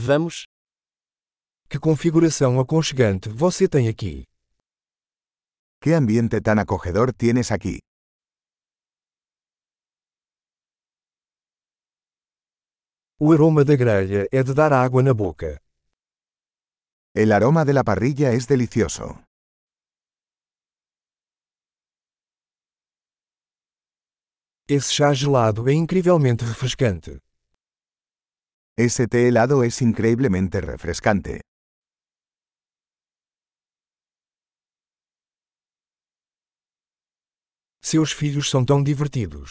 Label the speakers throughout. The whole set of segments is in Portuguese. Speaker 1: Vamos.
Speaker 2: Que configuração aconchegante você tem aqui.
Speaker 3: ¿Qué ambiente tan acogedor tienes aquí?
Speaker 2: O aroma da grelha é de dar água na boca.
Speaker 3: El aroma de la parrilla es delicioso.
Speaker 2: Esse chá gelado é incrivelmente refrescante.
Speaker 3: Ese té helado es increíblemente refrescante.
Speaker 2: Seus filhos são tão divertidos.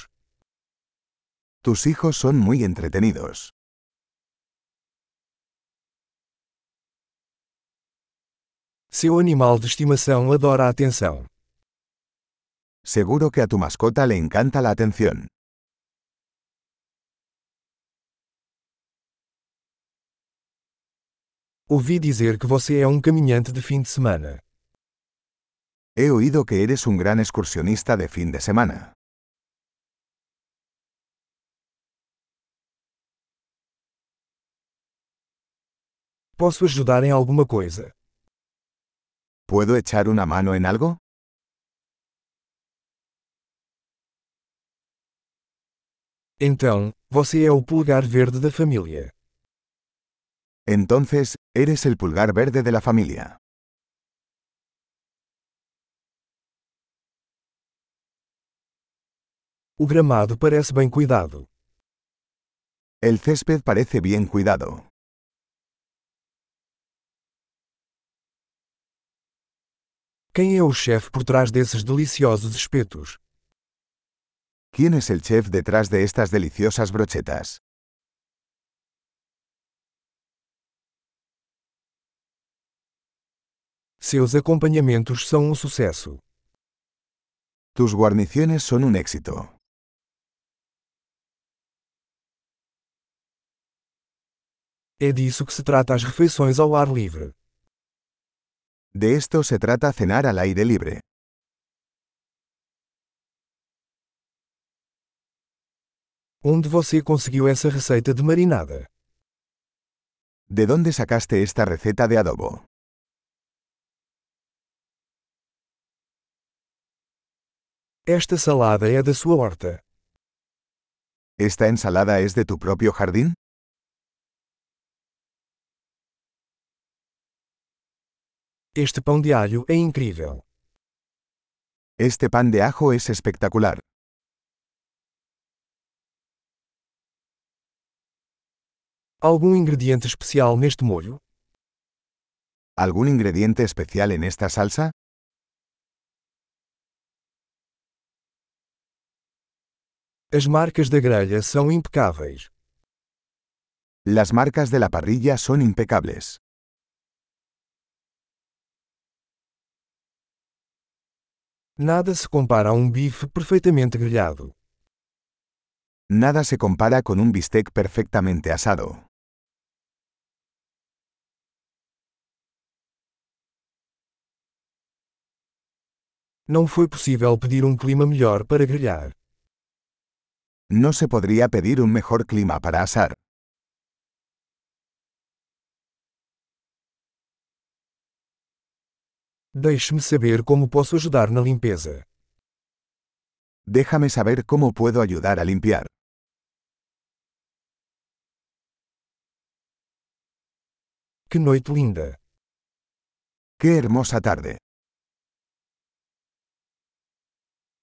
Speaker 3: Tus hijos son muy entretenidos.
Speaker 2: Seu animal de estimação adora a atenção.
Speaker 3: Seguro que a tu mascota le encanta la atención.
Speaker 2: Ouvi dizer que você é um caminhante de fim de semana.
Speaker 3: He oído que eres un gran excursionista de fin de semana.
Speaker 2: Posso ajudar em alguma coisa?
Speaker 3: ¿Puedo echar una mano en algo?
Speaker 2: Então, você é o pulgar verde da família.
Speaker 3: Entonces, eres el pulgar verde de la familia.
Speaker 2: O gramado parece bem cuidado.
Speaker 3: El césped parece bien cuidado.
Speaker 2: Quem é o chefe por trás desses deliciosos espetos?
Speaker 3: ¿Quién es el chef detrás de estas deliciosas brochetas?
Speaker 2: Seus acompanhamentos são um sucesso.
Speaker 3: Tus guarniciones son un éxito.
Speaker 2: É disso que se trata as refeições ao ar livre.
Speaker 3: De esto se trata cenar al aire libre.
Speaker 2: Onde você conseguiu essa receita de marinada?
Speaker 3: ¿De dónde sacaste esta receta de adobo?
Speaker 2: Esta salada é da sua horta.
Speaker 3: ¿Esta ensalada es de tu propio jardín?
Speaker 2: Este pão de alho é incrível.
Speaker 3: Este pan de ajo es espectacular.
Speaker 2: Algum ingrediente especial neste molho?
Speaker 3: ¿Algún ingrediente especial en esta salsa?
Speaker 2: As marcas da grelha são impecáveis.
Speaker 3: Las marcas de la parrilla son impecables.
Speaker 2: Nada se compara a um bife perfeitamente grelhado.
Speaker 3: Nada se compara con un bistec perfectamente asado.
Speaker 2: Não foi possível pedir um clima melhor para grelhar.
Speaker 3: No se podría pedir un mejor clima para asar.
Speaker 2: Deixe-me saber como posso ajudar na limpeza.
Speaker 3: Déjame saber cómo puedo ayudar a limpiar.
Speaker 2: Que noite linda!
Speaker 3: ¡Qué hermosa tarde!